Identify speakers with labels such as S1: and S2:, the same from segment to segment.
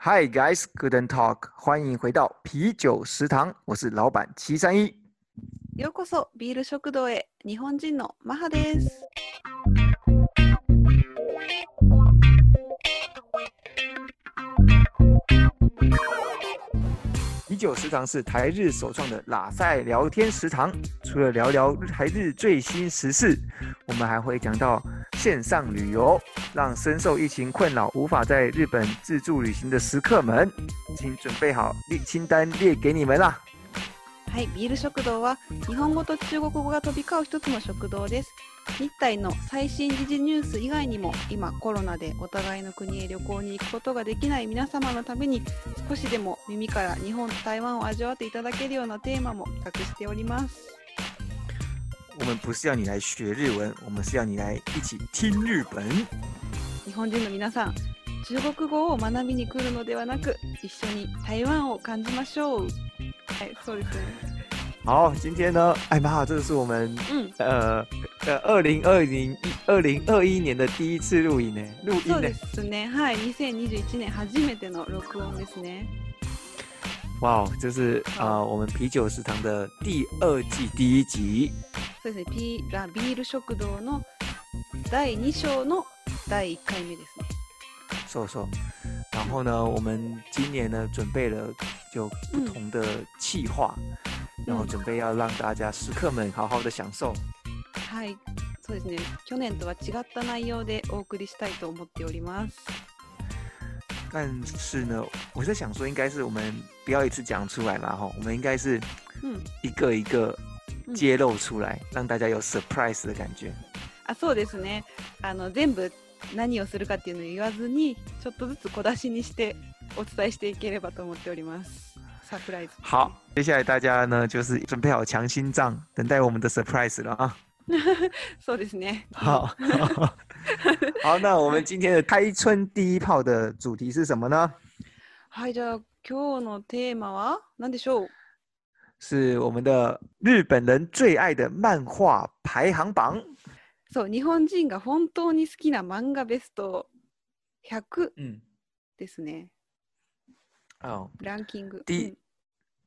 S1: Hi guys, good and talk，欢迎回到啤酒食堂，我是老板七三一。
S2: ようこそビール食堂へ日本人のマハです
S1: 啤酒食堂是台日首创的拉塞聊天食堂，除了聊聊台日最新时事，我们还会讲到线上旅游，让深受疫情困扰无法在日本自助旅行的食客们，请准备好列清单列给你们啦。
S2: はいビール食堂は日本語と中国語が飛び交う一つの食堂です日体の最新時事ニュース以外にも今コロナでお互いの国へ旅行に行くことができない皆様のために少しでも耳から日本と台湾を味わっていただけるようなテーマも企画しております
S1: 我们不是要你来学日文，我们是要你来一起听日本。
S2: 日本人の皆さん中国語を学びに来るのではなく一緒に台湾を感じましょうはいそうですね
S1: 好，今天呢，哎妈，这是我们
S2: うん
S1: 呃呃，二零二零一二零二一年的第一次录影呢，录音
S2: そう
S1: 呢
S2: で，すね。はい、2021年初めての録音ですね。
S1: 哇哦，这是啊、呃我们啤酒食堂的第二季第一集，
S2: そうですね。ピーラビール食堂の第2章の第1回目ですね。
S1: 说说。然后呢，我们今年呢准备了就不同的企划，然后准备要让大家食客们好好的享受。
S2: はい、そうですね。去年とは違った内容でお送りしたいと思っております。
S1: 但是呢，我在想说，应该是我们不要一次讲出来嘛，哈，我们应该是
S2: うん、
S1: 一个一个
S2: 嗯
S1: 揭露出来，让大家有 surprise 的感觉。
S2: あ、そうですね。あの全部何をするかっていうのを言わずに、ちょっとずつ小出しにしてお伝えしていければと思っております。サプライズ。
S1: 好，接下来大家呢就是准备好强心脏，等待我们的 surprise 了啊！
S2: そうですね。
S1: 好， 好，那我们今天的开春第一炮的主题是什么呢？
S2: はい、じゃあ今日のテーマは何でしょう。
S1: 是我们的日本人最爱的漫画排行榜。
S2: そう、日本人が本当に好きな漫画ベスト100
S1: 嗯，
S2: ですね、
S1: 哦，
S2: ランキング。
S1: 第一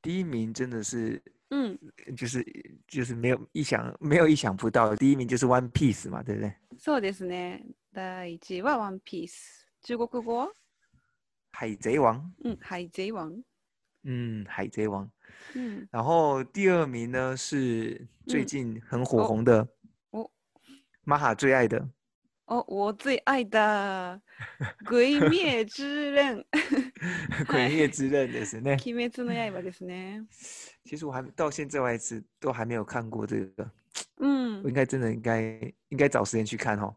S1: 第一名真的是
S2: うん、うん
S1: 就是就是没有意想没有意想不到的，第一名就是 One Piece 嘛，对不对？
S2: そうですね。第1位はワンピース。中国語は、
S1: 海贼王，
S2: うん、ハイゼイワン。
S1: 嗯，海贼王。
S2: うん、
S1: 然后第二名呢是最
S2: 嗯
S1: 近很火
S2: 哦
S1: 红的，
S2: 哦
S1: 玛哈最爱的
S2: お、我最愛だ。鬼滅之刃。
S1: 《鬼灭之刃》的是那。
S2: 鬼滅の刃ですね。
S1: 其实我还到现在为止都还没有看过这个，
S2: う
S1: 我
S2: ん
S1: 应。该真的应该应该找时间去看哦。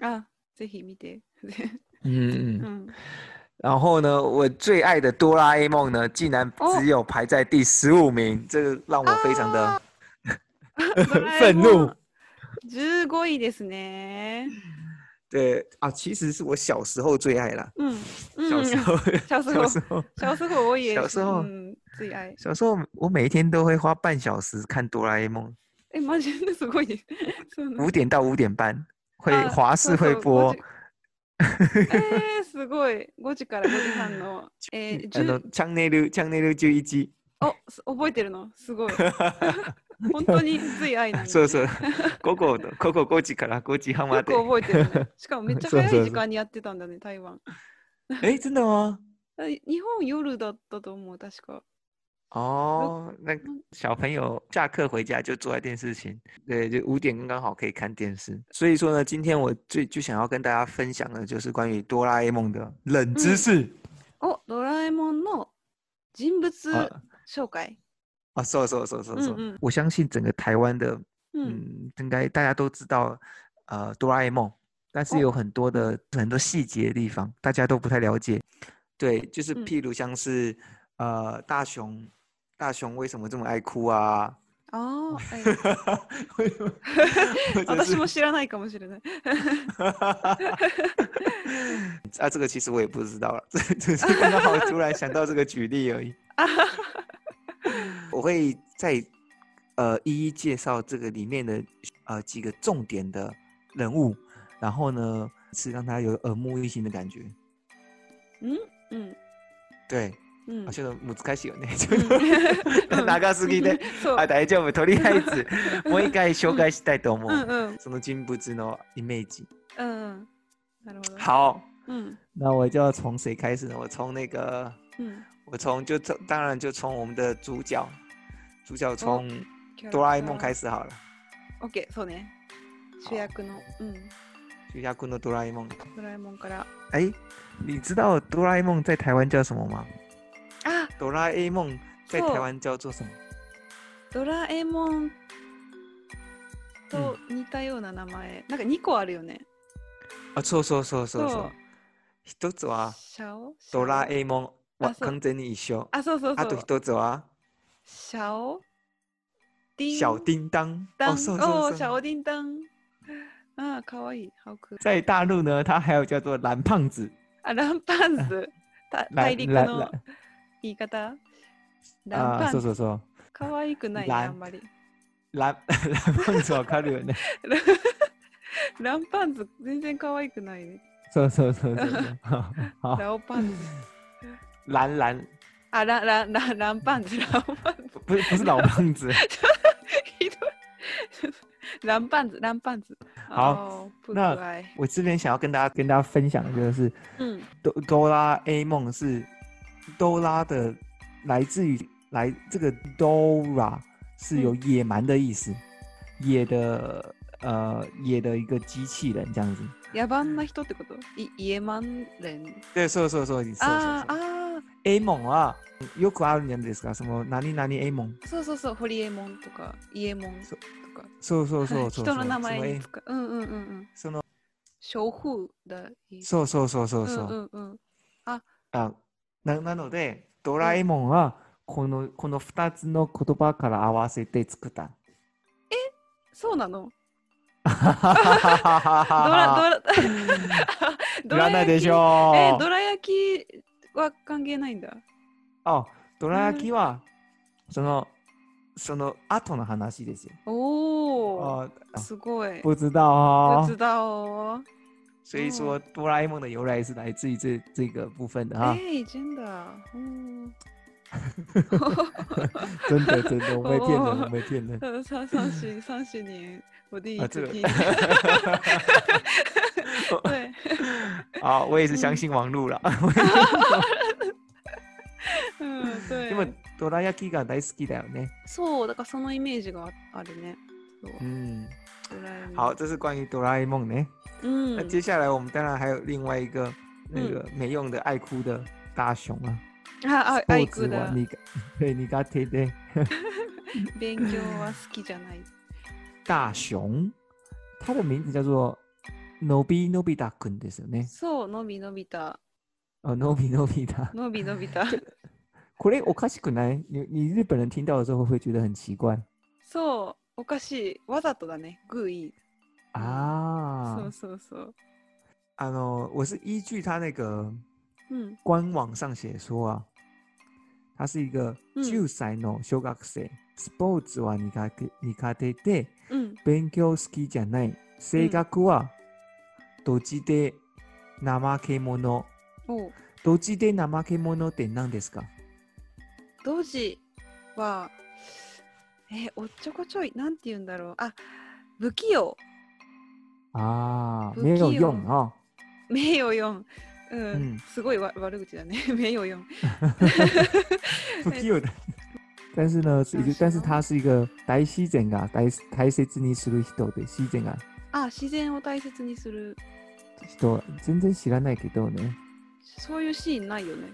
S2: あ、ぜひ見て。
S1: 嗯
S2: う
S1: 嗯。
S2: ん。
S1: 然后呢，我最爱的哆啦 A 梦呢，竟然
S2: 哦
S1: 只有排在第十五名，这个让我非常的、
S2: 啊
S1: 愤怒。
S2: 15位ですね。
S1: 对啊，其实是我小时候最爱啦。
S2: うん。うん
S1: 小时候，
S2: 嗯小时
S1: 小
S2: 候
S1: 时候，
S2: 小时候我也
S1: 小时候
S2: 嗯，最愛。
S1: 小时候，我每一天都会花半小时看哆啦 A 梦，
S2: え、マジですごい です。そうなん
S1: 五点到五点半会
S2: あ
S1: 华
S2: そ
S1: 视
S2: うそう
S1: 会播
S2: 5時 えー、すごい。5時から5時半の。えー、
S1: あの
S2: 10
S1: チャンネルチャンネル十一 集。
S2: おす覚えてるのすごい。本当につい愛なんです、
S1: そ
S2: ね。
S1: うそう。午後の、午後5時から5時半ま
S2: よ
S1: で
S2: く。覚えてるね。しかもめっちゃ
S1: そうそう
S2: 早
S1: そう
S2: い時間にやってたんだ ね、台湾。
S1: 哎，真的吗？
S2: あ日本夜だったと思う、確か。
S1: 哦，那个小朋友下课回家就坐在电视前，对，就五点刚刚好可以看电视。所以说呢，今天我最就想要跟大家分享的就是关于哆啦 A 梦的冷知
S2: 嗯
S1: 识。
S2: お、ドラえもんの人物
S1: 啊
S2: 紹介。
S1: 啊，说说说说
S2: 嗯
S1: 说
S2: 嗯，
S1: 我相信整个台湾的，
S2: うん。
S1: 嗯，应该大家都知道，呃，哆啦 A 梦，但是
S2: 哦
S1: 有很多的很多细节的地方大家都不太了解。对，就是
S2: 嗯
S1: 譬如像是呃大雄，大雄为什么这么爱哭啊？
S2: ああ、えー
S1: 为什么或者
S2: 私
S1: 是
S2: も知らないかもしれない。
S1: 啊，这个其实我也不知道了， 这只是刚好突然想到这个举例而已。我会再呃一一介绍这个里面的呃几个重点的人物，然后呢是让他有耳目一新的感觉。
S2: うんうん。
S1: 对，
S2: うん
S1: あ、ちょっと難しいよね。ちょ
S2: う
S1: っと
S2: ん
S1: 長す ぎで。
S2: そう
S1: あ、啊大丈夫。とりあえず、もう一回紹介したいと思う。
S2: うんうん
S1: その人物のイメージ。
S2: うんなるほどね
S1: 好，
S2: うん
S1: 那我就要从谁开始呢？我从那个，
S2: うん
S1: 我从就从当然就从我们的主角，主角从哆
S2: ド
S1: 啦 A 梦
S2: 始
S1: 开始好了。
S2: オッケーそうね主役のうん
S1: 就亚坤的哆啦 A 梦。
S2: ドラえもんから
S1: 哎，你知道哆啦 A 梦在台湾叫什么吗？
S2: あ
S1: 哆啦 A 梦在
S2: そう
S1: 台湾叫做什么？
S2: ドラえもんと似たような名前、なんか2個あるよね。
S1: あ、そうそうそうそうそう。一つは
S2: シャオ
S1: ドラえもんは
S2: あそう
S1: 完全に一啊緒。
S2: あ、そうそうそ
S1: あと
S2: う。
S1: 一つは
S2: シャオディン
S1: 小叮当。
S2: ダン
S1: 哦，そうそう
S2: おーシャ
S1: そう。
S2: オディンダン。あー、かわいい。ハオク。
S1: 在大陆呢，它还有叫做蓝胖子。
S2: あ、ランパ ンズ。た
S1: ラ
S2: 大陸
S1: ラ
S2: の
S1: ラ
S2: 言い方。ラン
S1: 啊
S2: パ、
S1: そう
S2: ン
S1: そ
S2: ズ。
S1: うそう。
S2: かわいくないね、
S1: ラン
S2: あんまり。
S1: 蓝 蓝胖子わかるよ ね。
S2: ランパンズ、全然かわいくないね。
S1: そうそうそうそうそう。好，
S2: ラオパンズ。
S1: 蓝蓝
S2: あ、ラララランパンズ、ラオパンズ。
S1: 不是不是老胖 子。
S2: ひどい。蓝胖子，蓝胖子。
S1: 好
S2: 哦，不
S1: 那
S2: 可爱。
S1: 我这边想要跟大家跟大家分享的就是。
S2: 嗯
S1: 哆哆啦 A 梦是哆啦的，来自于来这个 Dora 是
S2: 嗯
S1: 有野蛮的意思，野的呃野的一个机器人这样子。
S2: 野蛮な人ってこと？い、野蛮人。
S1: 对，そうそうそうそう
S2: あー
S1: そう。
S2: あ
S1: A 梦はよくあるじゃないですか。その何々 A 夢
S2: ー、そうそうそう、ホリエモンとか、イエモンと
S1: そ
S2: か。
S1: そうそうそうそう。
S2: 人の名
S1: そ
S2: 前に
S1: の
S2: 使う。うんうんうんうん。
S1: その
S2: 守護だ。
S1: そうそうそうそうそう。
S2: んうんうん。
S1: あななのでドラえもんはこのこの二つの言葉から合わせて作った。
S2: そうなの。ド
S1: ド
S2: ラ ドラ。
S1: いらないでし
S2: う。
S1: ょう。
S2: え、どら焼きは関係ないんだ。
S1: あ、どら焼きは、その、その後の話ですよ。
S2: おお、
S1: あ、あ
S2: すごい。
S1: 不知道哦
S2: 仏。だお。
S1: 所以说，哆啦 A 梦的由来是来自于这这个部分的哈。
S2: 哎，真的，嗯，
S1: 真的，真的，我没 骗人，
S2: 哦
S1: 我没骗人。
S2: 呃，上上 十上十年，我第一
S1: 啊
S2: 次
S1: 这个
S2: 听， 对，
S1: 啊，我也是相信网络了，
S2: 嗯，对
S1: 因，为どら焼きが大好きだよね。
S2: そうだからそのイメージがああるね。そう
S1: 嗯，
S2: ドラえもん
S1: 好，，这是关于哆啦 A 梦呢。
S2: 嗯
S1: 那，接下来我们当然还有另外一个那个没用的爱哭的大熊嗯啊，
S2: ああ、アイクだ。
S1: 你 对你刚提的
S2: 勉強は好きじゃ ない。
S1: 大熊，它的名字叫做 Nobi Nobi 大坤的时候呢，
S2: そう、のびのびた、
S1: 哦 Nobi Nobi 大，
S2: のびのび た。
S1: これおかしくない？你你日本人听到的时候会不会觉得很奇怪
S2: そう、おかしい、わざとだね、グーいい。そ
S1: 啊
S2: う？そうそう。
S1: 啊喏，我是依据它那个
S2: うん、
S1: 官网上写说啊，它是一个
S2: 嗯
S1: 10歳の小学生、スポーツは苦手苦手で
S2: うん、
S1: 勉強好きじゃない、性格はドジで怠け者。
S2: おう。
S1: ドジで怠け者って何ですか？
S2: ドジは、えーおっちょこちょい、なんて言うんだろう。あ、不器用、
S1: 啊，
S2: 不
S1: 没有
S2: 器
S1: 用
S2: 用
S1: 哦。
S2: 名誉4。うん、
S1: うん
S2: すごいわ悪口だね、 名誉4。
S1: 不器 用的。但是呢，是一个
S2: 想
S1: 但是
S2: 什么
S1: 它是一个大自然が大大切にする人で自然が
S2: あ、自然を大切にする。
S1: 人全然知らないけどね。
S2: そういうシーンないよね。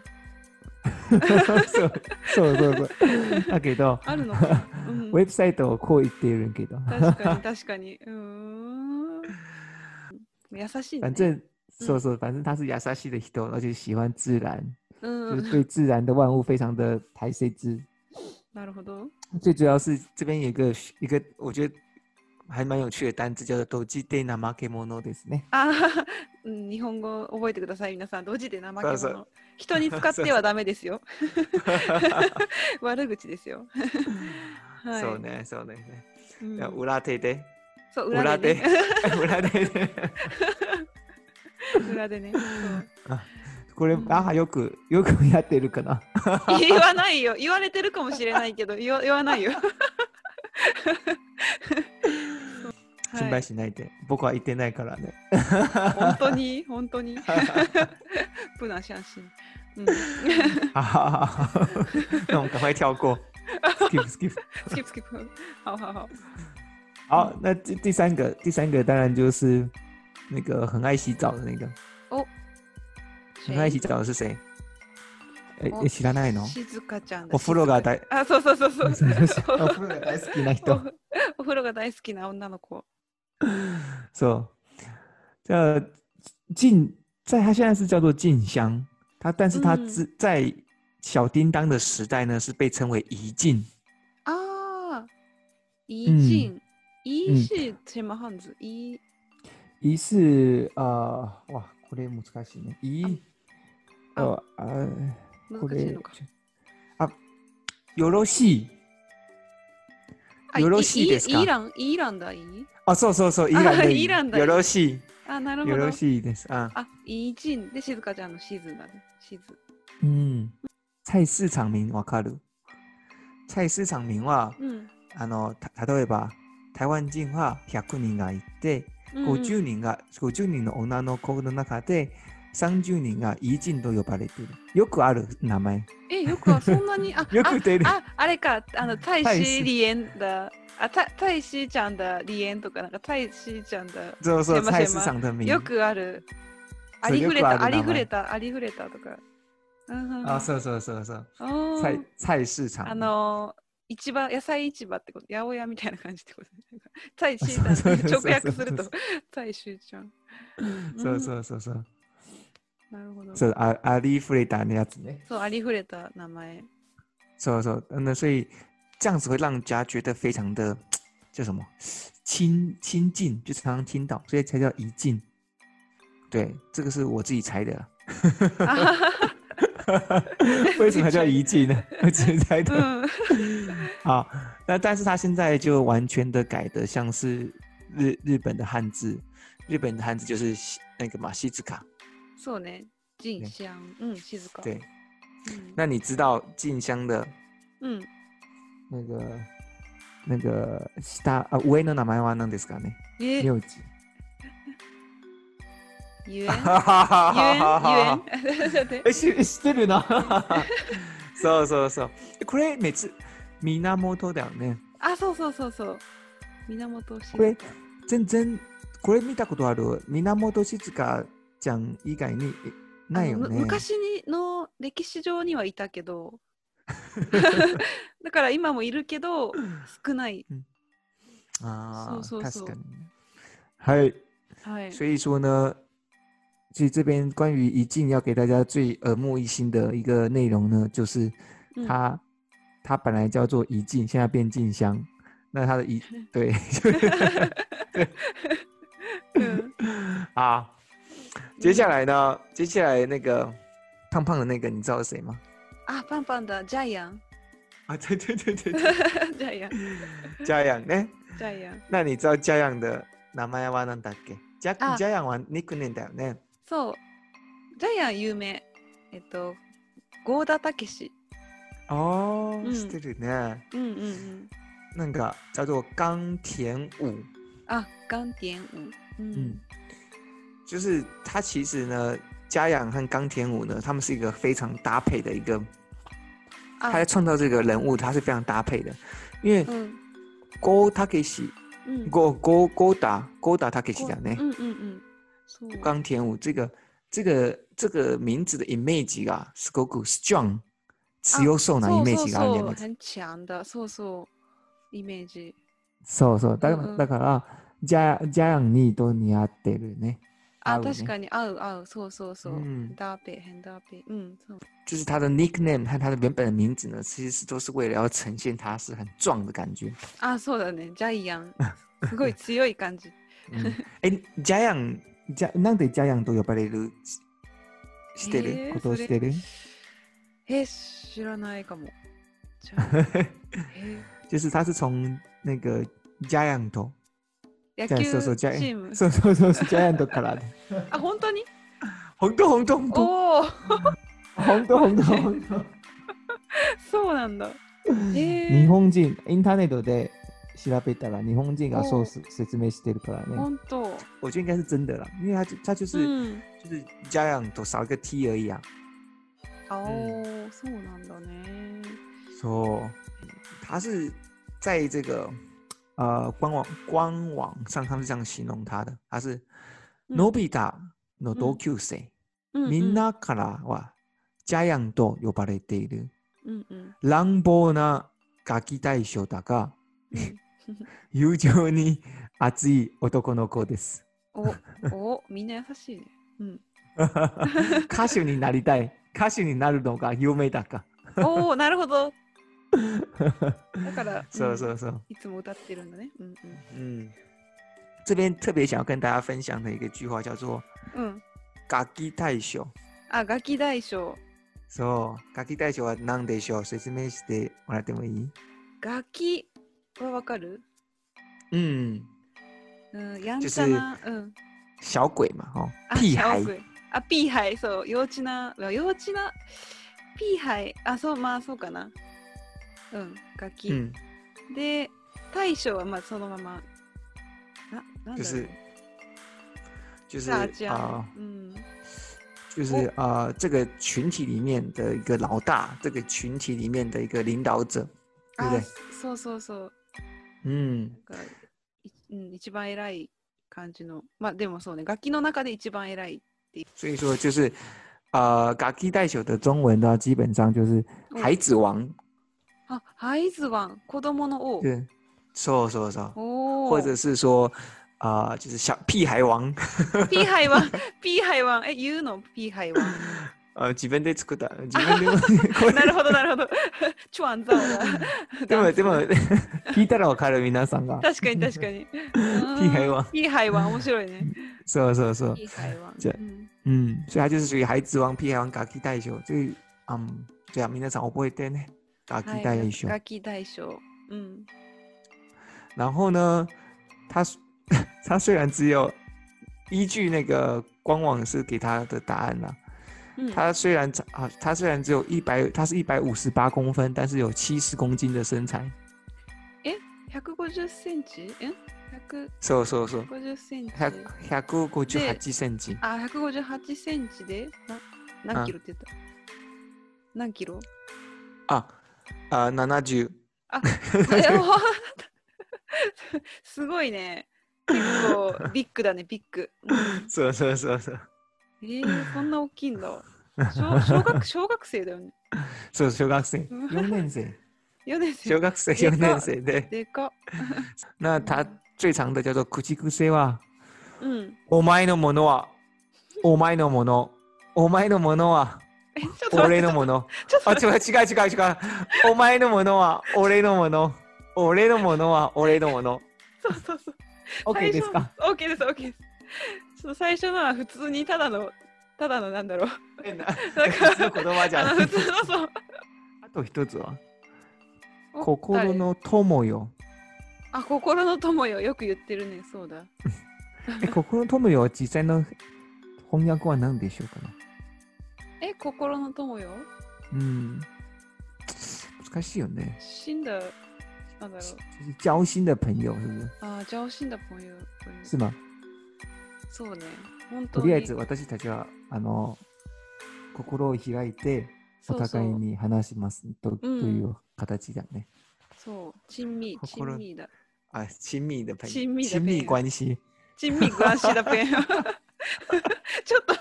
S1: そうそうそうそう。だけど、
S2: あるのか な、うん、
S1: ウェブサイトをこう言っているけど、
S2: 確かに、確かに。うーん。優しいね。
S1: 反正そうそう，反正他是優しい的人，而且喜欢自然，
S2: う
S1: 就是
S2: ん、
S1: 对自然的万物非常的大切之。
S2: なるほど。
S1: 最主要是这边有一个一个，我觉得还蛮有趣的单字，叫做“ドジで怠け者”ですね。
S2: あーうん、日本語覚えてください、皆さん。ドジで怠け
S1: そうそ
S2: 者。人に使ってはダメです よ。悪口ですよ。はい、
S1: そうね、そうね。
S2: うん。
S1: 裏手で。
S2: そう裏
S1: 裏
S2: で
S1: 手
S2: ね。。
S1: 裏手で。
S2: 裏でね。そう
S1: あこれ、あ、よく、よくやってるかな。
S2: 言わないよ。言われてるかもしれないけど、言わ言わない よ。はい
S1: 心配しないで。僕は言ってないからね。
S2: 本当に、本 当に。不能相信。うん、
S1: はははは 那我们赶快跳过。skip skip。
S2: skip skip。好好好。
S1: 好，那第第三个，第三个当然就是那个很爱洗澡的那个， 很爱洗澡的是谁？哎、
S2: 我
S1: え知らないの？
S2: 静香ちゃんだ。
S1: お風呂が大
S2: 静香ちゃんあ、そうそうそう そう。
S1: お風呂が大好きな人。
S2: おお風呂が大好きな女の子。
S1: そう。じゃあ静，在他现在是叫做静香，他但是他
S2: 嗯
S1: 之、在小叮当的时代呢，是被称为怡静。
S2: ああ。イージン。イ
S1: うん
S2: ーシーチェマハンズ。イー。
S1: 怡是啊、呃，哇，これ難しいね。怡，
S2: あ
S1: 呃呃。こ
S2: 難しい
S1: れ
S2: のか。
S1: あ、よろしい。
S2: あ
S1: よろしいですか
S2: イイラン、イランだ、イー
S1: あ、そうそうそう、イランでいい。
S2: イランだいい
S1: よろし
S2: あ、なる
S1: い。
S2: ほど。
S1: よろしいです。あ、
S2: あ、イージンで静香ちゃんのシーズンだね。シーズン。
S1: うん。菜市場名わかる。菜市場名は、
S2: うん
S1: あの、た例えば、台湾人は100人がいて、
S2: うんうん。
S1: 50人が、50人の女の子の中で、30人がイ人と呼ばれている。よくある名前。
S2: え、よくはそんなに、あ
S1: 、よく出る。
S2: あ、ああれか、あの、大
S1: 大
S2: 使
S1: 使
S2: リエンだ、あ、た大使ちゃんだ、リエンとか、なんか大使ちゃん だ、
S1: そうそう、
S2: すいません
S1: 菜市場の名。
S2: よくある。あ
S1: そう
S2: り
S1: よ
S2: ふれ
S1: くある
S2: た、
S1: 名
S2: あ
S1: 前
S2: りふれた、ありふれたとか。うんうん
S1: あ、そうそうそうそう。
S2: うん
S1: 菜菜市場。
S2: あのー、市場、野菜市場ってこと、八百屋みたいな感じってこと。 大使ち
S1: そうそうそうそう
S2: ゃん、直訳す ると、大使ちゃん。嗯
S1: そうそうそうそう。
S2: なるほど。
S1: そう、あありふれた那样子呢。
S2: そう、ありふれた 名前。
S1: そうそう，那所以这样子会让人家觉得非常的叫什么亲亲近，就常常听到，所以才叫一近。对，这个是我自己猜的 啦。
S2: あはは
S1: 为什么叫一近呢？我自己猜的。
S2: うん
S1: 好，那但是他现在就完全的改的像是日日本的汉字，日本的汉字就是西那个嘛西字卡。
S2: そうね。ジン、シャン、うん、静か。
S1: 对，
S2: うん
S1: 那你知道静香的
S2: うん。
S1: 那个那个下啊上の名前は何ですかね？
S2: え、
S1: 六级。
S2: ゆえん。ゆえん。ゆえん。 ちょっと待って
S1: え、し 知ってるな。 そうそうそう。これ、めつ、源だよね。
S2: あ、そうそうそうそう。源し
S1: これ、全然、これ見たことある。源静香ちゃん以外にえないよ
S2: あの
S1: ね。
S2: む昔にの歴史上にはいたけど。 だから今もいるけど少ない。
S1: ああ、
S2: そうそうそ
S1: 確
S2: う
S1: かに。はい。
S2: はい。
S1: 所以说呢，所以这边关于一静要给大家最耳目一新的一个内容呢，就是
S2: うん
S1: 它、它本来叫做一静，现在变静香。那它的 一对，
S2: うん
S1: 啊，接下来呢？接下来那个胖胖的那个，你知道是谁吗？
S2: あ、パンパンだ。ジャイアン。
S1: 啊，对对对对对，
S2: ジャイア ン。
S1: 嘉阳。哎，
S2: ジャイアン。
S1: 那你知道嘉阳的名前は何だっけ？嘉
S2: 啊
S1: 嘉阳は nickname だよね。
S2: そう。ジャイアン有名。えっと、ゴーダたけし。
S1: 哦
S2: 嗯
S1: 知ってるね。
S2: うんうんうん。
S1: 那个叫做冈田武，
S2: あ、ガンティエン。うん。
S1: 嗯就是他其实呢，嘉阳和冈田武呢，他们是一个非常搭配的一个，他
S2: あ
S1: 在、创造这个人物，他是非常搭配的，因为
S2: うん。
S1: Go Takeshi
S2: うん。
S1: Go Go Go 打 Go 打 Takeshi だ
S2: う
S1: ね。
S2: んうんうん。そう。
S1: 冈田武这个这个这个名字的 image 啊，すごく strong 強そう
S2: 哦
S1: なイメージがあるじゃないですか。
S2: そうそうそう很強だ。そうそう。イメージ。
S1: そうそう。だか
S2: うんう
S1: ら
S2: ん
S1: だからジャジャヤンにと似合ってるね。合
S2: あ、
S1: うね
S2: 確かに合う合う。そうそうそう。
S1: うん
S2: ダーペ、ヘンダーペ。うん、そう。
S1: 就是他的 nickname 和他的原本的名字呢，其实是都是为了要呈现他是很壮的感觉。
S2: あ、そうだね。ジャイア ン。すごい強い感じ。
S1: 嗯，哎、ジャヤン、ジャ、なんでジャヤンと呼ばれるししてる、
S2: えー
S1: ことをしてる？
S2: え、知らないかも。ジ ャイアンえ
S1: 就是他是从那个ジャヤンと
S2: 野
S1: じゃあ
S2: 球
S1: そうそう、ジ
S2: チ
S1: ャイ
S2: ー
S1: ア
S2: ム
S1: ン。。そうそうそう、ジャイアントからで。
S2: あ、本当に
S1: 红豆红豆红豆
S2: おお、
S1: 红豆紅豆紅豆
S2: そうなんだ。え
S1: 日
S2: えー、
S1: 本人インターネットで調べたら日本人がそうす説明してるからね，
S2: 本当。
S1: 我觉得应该是真的啦，因为他就他就是、
S2: うん。
S1: 就是 giant 少一个 t 而已啊。
S2: あお、そうなんだね。
S1: 说他是在这个呃官网官网上他们是这样形容他的，他是
S2: 嗯
S1: Nobita no d o k u s e
S2: うんうん
S1: みん。なからはジャイアンと呼ばれている
S2: うんうん。
S1: 乱暴なガキ大将だが
S2: うん
S1: 友情に熱い男の子です。
S2: お、お、みんな優しいね。うん。
S1: 歌手になりたい。歌手になるのが夢だか。
S2: おお、なるほど。だ から。
S1: そう
S2: う
S1: そ
S2: ん。
S1: うそう。
S2: いつも歌ってるんだね。うん
S1: 嗯，这边特别想要跟大家分享的一个句话叫做
S2: うん。うん。
S1: “ガキ大将
S2: あ、ガキ大将。”。
S1: そう、ガキ大将は何でしょう？説明してもらってもいい？
S2: ガキはわかる
S1: 嗯，
S2: うん、やんちゃな。うん。
S1: 小鬼嘛，哦，
S2: あ
S1: 屁
S2: シャ
S1: 孩
S2: オ。君あ、ピーハイ、そう、幼稚な、うわ幼稚な、ピーハイ、あ、そう、まあ、そうかな。うん、楽器。
S1: 嗯，
S2: で、大将は、まあ、そのまま。な、なんだろう。
S1: 就是就是
S2: ラージャン
S1: 啊、
S2: うん。
S1: 就是啊、呃这个群体里面的一个老大，这个群体里面的一个领导者，对不对？，
S2: あそうそうそう。
S1: 嗯，
S2: なんかいうん、一番偉い感じの。まあ、でもそうね、楽器の中で一番偉い。
S1: 所以说就是，呃，嘎基带球的中文呢，基本上就是
S2: 嗯
S1: 孩子王，
S2: あ、ハイズワン、子供の王。
S1: 对，说说说，
S2: おお。
S1: 或者是说，啊、就是小屁孩王，
S2: ピーハイワン、ピーハイワン、え、言うのピーハイワン。
S1: 呃，几分で作 った、几分で、こ
S2: な
S1: れ
S2: るほど、なるほど。チュアンザオ だ。
S1: でもで も聞いたらわかる皆さんが、
S2: 確か に確かに。
S1: 屁孩王
S2: ピーハイワン、面白いね。
S1: 说说说，
S2: ピーハイワン。
S1: じゃ
S2: うん
S1: 嗯，所以他就是属于孩子王、屁孩王、嘎基带球，所以，嗯，对啊，皆さん覚えてね，嘎基
S2: は
S1: 带
S2: い
S1: 球。
S2: ガキ大将。うん。
S1: 然后呢，他 他虽然只有依据那个官网是给他的答案啦、
S2: うん
S1: 他虽然啊，他虽然只有一百，他是一百五十八公分，但是有七十公斤的身材。
S2: 150センチえ
S1: so so so，
S2: ?150 センチ。
S1: 百百五十八公斤。
S2: あ、158センチでな何キロって言った何キロ
S1: 啊啊，七十。
S2: えお すごいね。結構ビッグだね、ビッグ。うん
S1: so so so so
S2: えー、そんな大きいんだ。小小学小学生だよね。
S1: so，小学生，四年生，
S2: 4年 生
S1: 小。学生，四年生。对，
S2: でかっ。
S1: 那他最长的叫做口气口塞哇。
S2: うん。
S1: お前のものは、お前のもの、お前のものは、
S2: え、ちょっと待っ
S1: 俺
S2: て。
S1: のもの。
S2: ちょっと
S1: あ、
S2: 待っ
S1: 違う違う違う違う。お前のものは、俺のもの。俺のものは、俺のもの。
S2: て。そうそうそう。
S1: OK ですか
S2: 最初の ?OK です、OK です。ちょっと最初のは普通にただの、ただのなんだろう。
S1: 変な
S2: なん
S1: 普 通の
S2: か、
S1: 言葉じ
S2: あ
S1: ゃ
S2: の
S1: ん。
S2: 普通のそう。
S1: あと一つは、
S2: お
S1: 心。
S2: 誰
S1: の友よ。
S2: あ、心の友よ。よく言ってるね、そうだ。
S1: え心の友よは実際の翻訳は何でしょうかね
S2: え、心の友よ。
S1: うん。難しいよね。
S2: 死んだ、なんだろう。
S1: 就是交心的朋友是不是
S2: あ、じゃあ死んだ朋友。うん
S1: 是吗
S2: そうね。本
S1: と
S2: 当に。
S1: りあえず私たちは、あの、心を開いて、お
S2: そうそ。
S1: 互いうに話しますと,、と
S2: うん
S1: いう形だね。
S2: そう。珍味、
S1: 心
S2: 珍味だ。
S1: 啊，亲密的朋友，
S2: 亲密的
S1: 亲
S2: 朋
S1: 密
S2: 友
S1: 关系。
S2: 珍味、グランシーダペン。 ちょっと。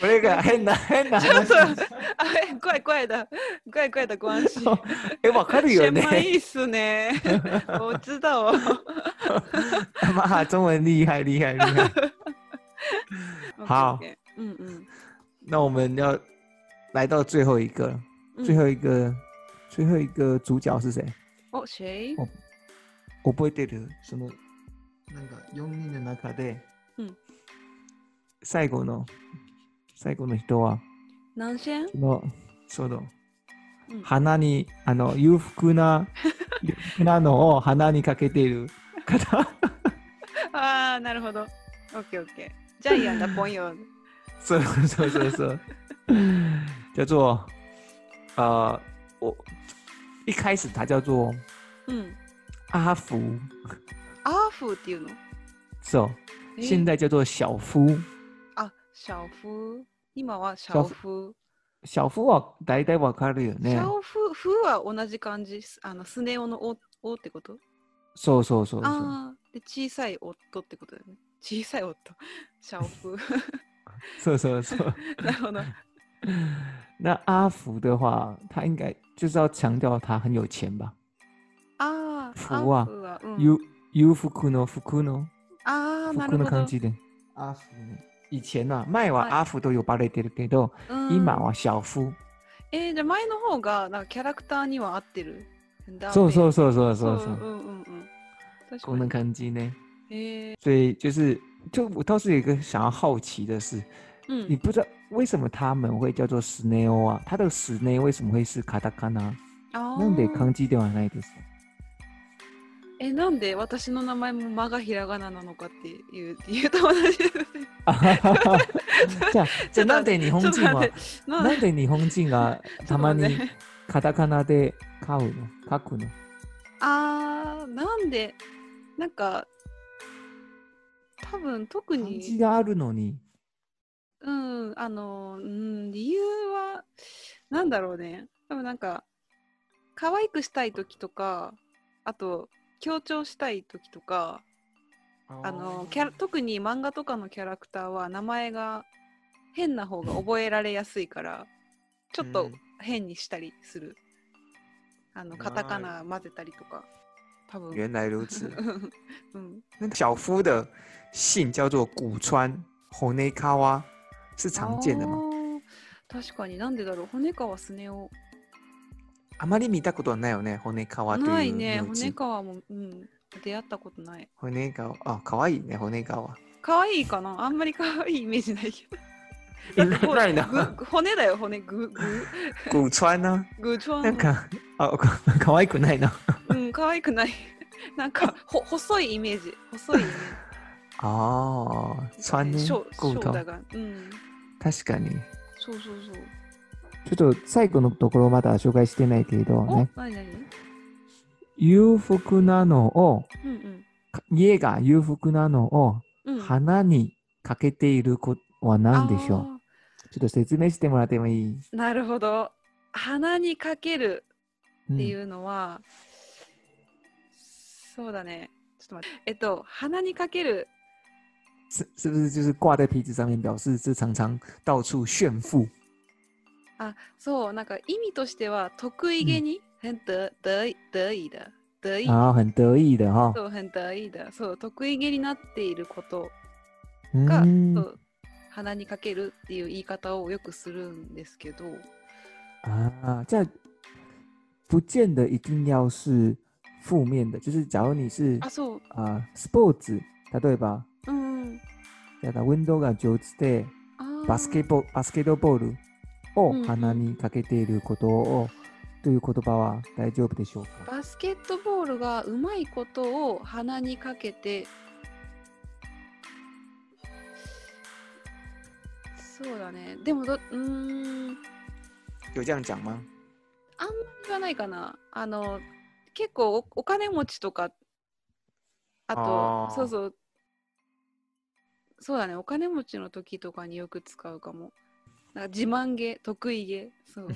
S1: 我那个很难很难。
S2: ちょっと、あれ、怖い怖いだ。怖い怖いだ、ご安心。
S1: 哎，わかるよ
S2: 千
S1: ね。
S2: 枚いいっすね。 我知道。
S1: 妈，中文厉害厉害厉害。好
S2: OK，OK うんうん
S1: 那我们要来到最后一个了，
S2: うん。
S1: 最后一个，最后一个主角是谁？
S2: お、谁
S1: お我不会对的。什么？那个四人の中で、
S2: うん
S1: 最後の最後の人は
S2: 何線
S1: そのその
S2: うん
S1: 鼻にあの裕福 な裕福なのを鼻にかけている 方。
S2: ああ、なるほど。OK、OK。ジャイアンだ、ポンヨ。
S1: 色色色色，叫做呃，我一开始它叫做
S2: うん。
S1: 阿福，
S2: アーフーっていうの。
S1: 是哦，
S2: え
S1: 现在叫做小夫。
S2: あ、シャオフー。今はシャ
S1: ャ
S2: オ
S1: オ
S2: フ
S1: 小夫は大体わかるよ
S2: ー。シ
S1: ね
S2: ャ。オフー、フーは同じ漢字。すあの、スネ夫のお、おってこと
S1: そうそうそうそう。
S2: ああ。で、小さい夫ってことだよね。小さい夫。 シャオ フー。
S1: そうそうそう。
S2: なるほど。
S1: 那阿福的话，他应该就是要强调他很有钱吧？
S2: ああ、
S1: 福
S2: ア
S1: は
S2: ーフーは。うん
S1: 有有福库诺福库诺
S2: ああ、
S1: 福
S2: な
S1: 啊库
S2: る
S1: 诺
S2: ほ
S1: 康
S2: ど。
S1: 基的阿福呢。以前呐、啊，前は阿福都有バレてるけど、
S2: うん
S1: 今は啊小夫。
S2: えー、じゃあ前の方がなんかキャラクターには合ってる。だ
S1: そうそううそうそうそう
S2: そ
S1: うそ
S2: んう
S1: う。
S2: んうんうん。確
S1: こんな
S2: かに。
S1: 感じ呢。
S2: えー、
S1: 所以就是，就我倒是有一个想要好奇的是，
S2: う
S1: 你
S2: ん。
S1: 不知道为什么他们会叫做 snail 啊？他的 snail 为什么会是卡塔卡纳？
S2: あ
S1: なんで
S2: ー
S1: 漢字ではないですか
S2: え、なんで私の名前も間がひらがななのかっていう 言う友達ですね。
S1: あはははじゃあ、じゃあなんで日本
S2: ちょっと
S1: 人は
S2: 待っ、て。な
S1: なんで日本人 がたまにカタカナで買うの書くの
S2: あー、なんで、なんか、多分特
S1: 漢字
S2: に、
S1: があるのに。
S2: うん、あの、うん、理由は、なんだろうね。多分なんか、可愛くしたい時とか、あと、強調したい時とか、あのキャラ特に漫画とかのキャラクターは名前が変な方が覚えられやすいからちょっ
S3: う
S2: と
S3: ん
S2: 変にしたりする、あのカタカナ混ぜたりとか多分
S3: 原来如此。
S2: うん、
S3: 那小夫的姓叫做古 川 Honekawa，是常见的
S2: あ
S3: 吗？
S2: ー確かになんでだろう骨川スネ夫
S3: あまり見たことはないよね。Honekawa と
S2: ないいうね
S3: 名
S2: 骨
S3: 字。
S2: 川も、うん、出会ったことない
S3: Honekawa あ、可愛いね。Honekawa。
S2: 可愛いかなあんまり可愛いイメージないけど
S3: え
S2: だってこ う
S3: ないな
S2: ぐ骨だよ骨ぐぐ
S3: 古川呢？
S2: ぐちょん
S3: なんかあ、か可愛くないな。
S2: うん、可愛くない。 なんか、ほ、細いイメージ。細いイメー
S3: ああ、
S2: ジ。
S3: 川ね
S2: ショ、
S1: 骨
S2: ショ
S1: 頭
S2: だが。うん。
S3: 確かに。
S2: そうそうそう。
S1: ちょっと最後のところまだ紹介してないけど
S2: お
S1: ね、。
S2: なになに。
S1: 裕福なのを、
S2: うん
S1: 家が裕福なのを
S2: うん。うん。
S1: 花にかけていることは何でしょう、
S2: あ
S1: ちょっと説明してもらってもいい、
S2: ーなるほど。鼻にかける
S1: うん
S2: っていうのは。そうだね。ちょっと待って。えっと、鼻にかける。
S1: 是是不是就是挂在瓶子上面，表示是常常到处炫富？
S2: あ、そう、なんか意味としては得意げに。很得得得意だ。得意。
S1: 然后很得意的哈、
S2: そう、很得意だ。そう、得意げになっていること。が、そ
S1: 嗯
S2: う鼻にかけるっていう言い方をよくするんですけど
S1: 啊，这样不见得一定要是负面的，就是假如你是
S2: あそう
S1: 啊、sports，例えば
S2: うん
S1: やっぱ運動が上手で
S2: あー
S1: バスケボバスケットボールを
S2: うんうん
S1: 鼻にかけていることをという言葉は大丈夫でしょうか？
S2: バスケットボールがうまいことを鼻にかけてそうだねでもどうーんあんま
S3: 有这样讲吗？
S2: りはないかなあの結構おお金持ちとかあと
S3: あー
S2: そうそうそうだねお金持ちの時とかによく使うかもなんか自慢げ得意げ そう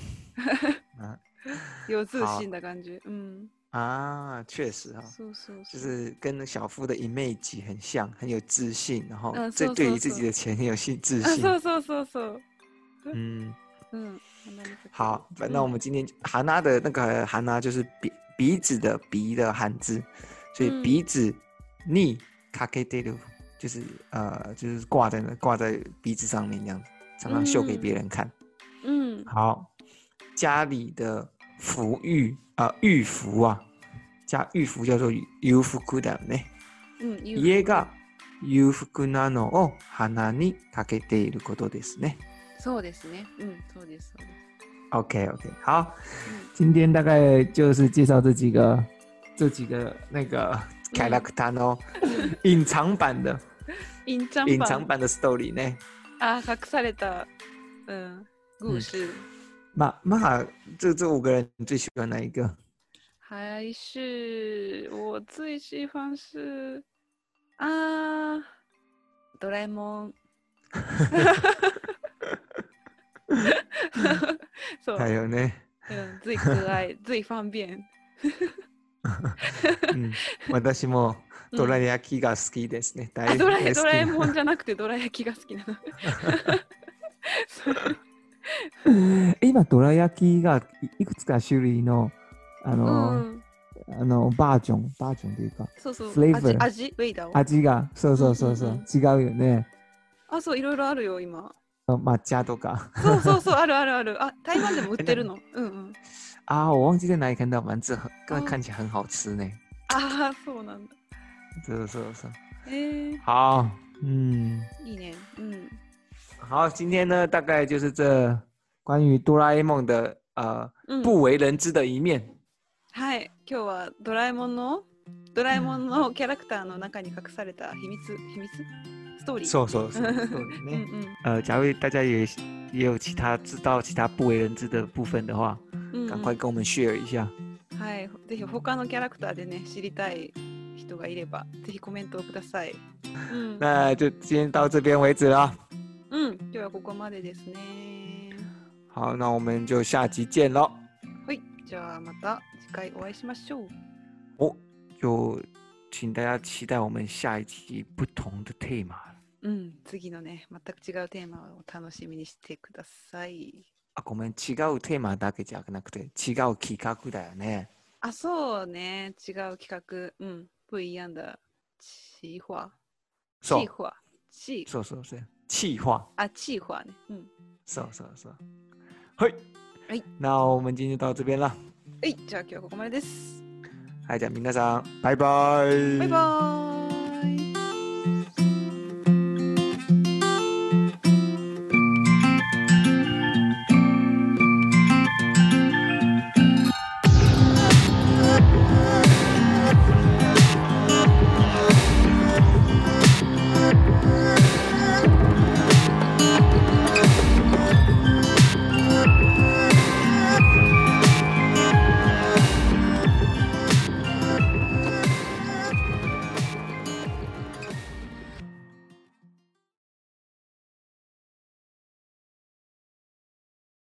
S3: 啊
S2: 腰痛心な感じ。うん。
S3: 啊，确实啊、
S2: そうそう
S3: 就
S2: そう。
S3: 是跟小夫的 image 很像，很有自信，然后
S2: 嗯
S3: 这
S2: 是
S3: 对于
S2: 是
S3: 自己的钱很有信自
S2: あ、
S3: 信。
S2: そうそうそうそう。
S3: 嗯，
S2: うん。鼻にかける
S3: 好，那我们今天韩娜的那个韩娜就是鼻鼻子的鼻的汉字，所以
S2: 嗯
S3: 鼻子逆 k a k e d e r u 就是呃就是挂在那挂在鼻子上面这样子，常常秀给别人看。
S2: うん。
S3: 好，家里的福玉啊、玉福啊，加玉福叫做 u f u k u d a 呢。
S2: うん。言う
S3: 家が裕福なのを鼻にかけていることですね。
S2: そうですね。うん。そうです。そうで
S3: OK OK，好，
S2: す。
S1: 今天大概就是介绍这几个这几个那个
S3: キャラクターの隐藏版的
S2: うん。インチャンパン。
S3: 隐藏版的 story 呢。
S2: あー隠された、うん、故事。
S1: 马马，这这五个人，你最喜欢哪一个？
S2: 还是我最喜欢是啊，哆啦 A 梦。そう
S1: 还有呢？
S2: 嗯，最可爱、 最方便。
S1: 嗯，私も
S2: うん
S1: ドラ焼きが好きですね。大
S2: あドラえ
S1: 大好
S2: ド
S1: き
S2: ラえもんじゃなくてドラ焼きが好きな の。そう
S1: 今ドラ焼きがいいくつか種類のあ
S2: う
S1: の、
S2: ん、
S1: あのバージョンバージョンというか
S2: そうそう。
S1: flavor
S2: 味、味ウェイダーを。
S1: 味がそうそうそうそう、
S2: うんうん
S1: 違うよね。
S2: あ、そう、いろいろあるよ、今。
S1: 抹茶とか
S2: そうそうそう、あるあるある。あ、台湾でも売ってる の。うんうん。
S1: 啊，我忘记在哪里看到，反正这
S2: 哦
S1: 看起来很好吃呢。
S2: ああ、そうなんだ。
S1: 是是是，
S2: えー、
S1: 好，嗯。
S2: いいね。うん。
S1: 好，今天呢，大概就是这关于哆啦 A 梦的呃
S2: うん、
S1: 不为人知的一面。
S2: はい、今日はドラえもんのドラえもんのキャラクターの中に隠された秘密秘密ストーリー。
S1: そうそうそう
S2: う
S1: ね
S2: ん
S1: 呃，假如大家也也有其他知道其他不为人知的部分的话，
S2: うん。うん
S1: 赶快跟我们 share 一下。
S2: はい、ぜひ他のキャラクターでね知りたい人がいればぜひコメントをください。 うん、
S1: 那就今天到这边为止啦。
S2: うん、今日はここまでですね。
S1: 好，那我们就下集见喽。
S2: はい、じゃあまた次回お会いしましょう。
S1: 哦，就请大家期待我们下一期不同的啊 tema 了。
S2: うん、次のね全く違うテーマを楽しみにしてください。
S1: あ、ごめん、違うテーマだけじゃなくて違う企画だよね。
S2: あ、そうね。違う企画。うん。不一样的企划。
S1: そう
S2: 企划。企
S1: そうそうそう。企划。
S2: あ、企划ね。うん。
S1: そうそうそう。はい。
S2: はい。
S1: 那我们今天就到这边了。
S2: はい。じゃあ今日はここまでです。
S1: はい、じゃあ皆さん、バイバイ。
S2: バイバーイ。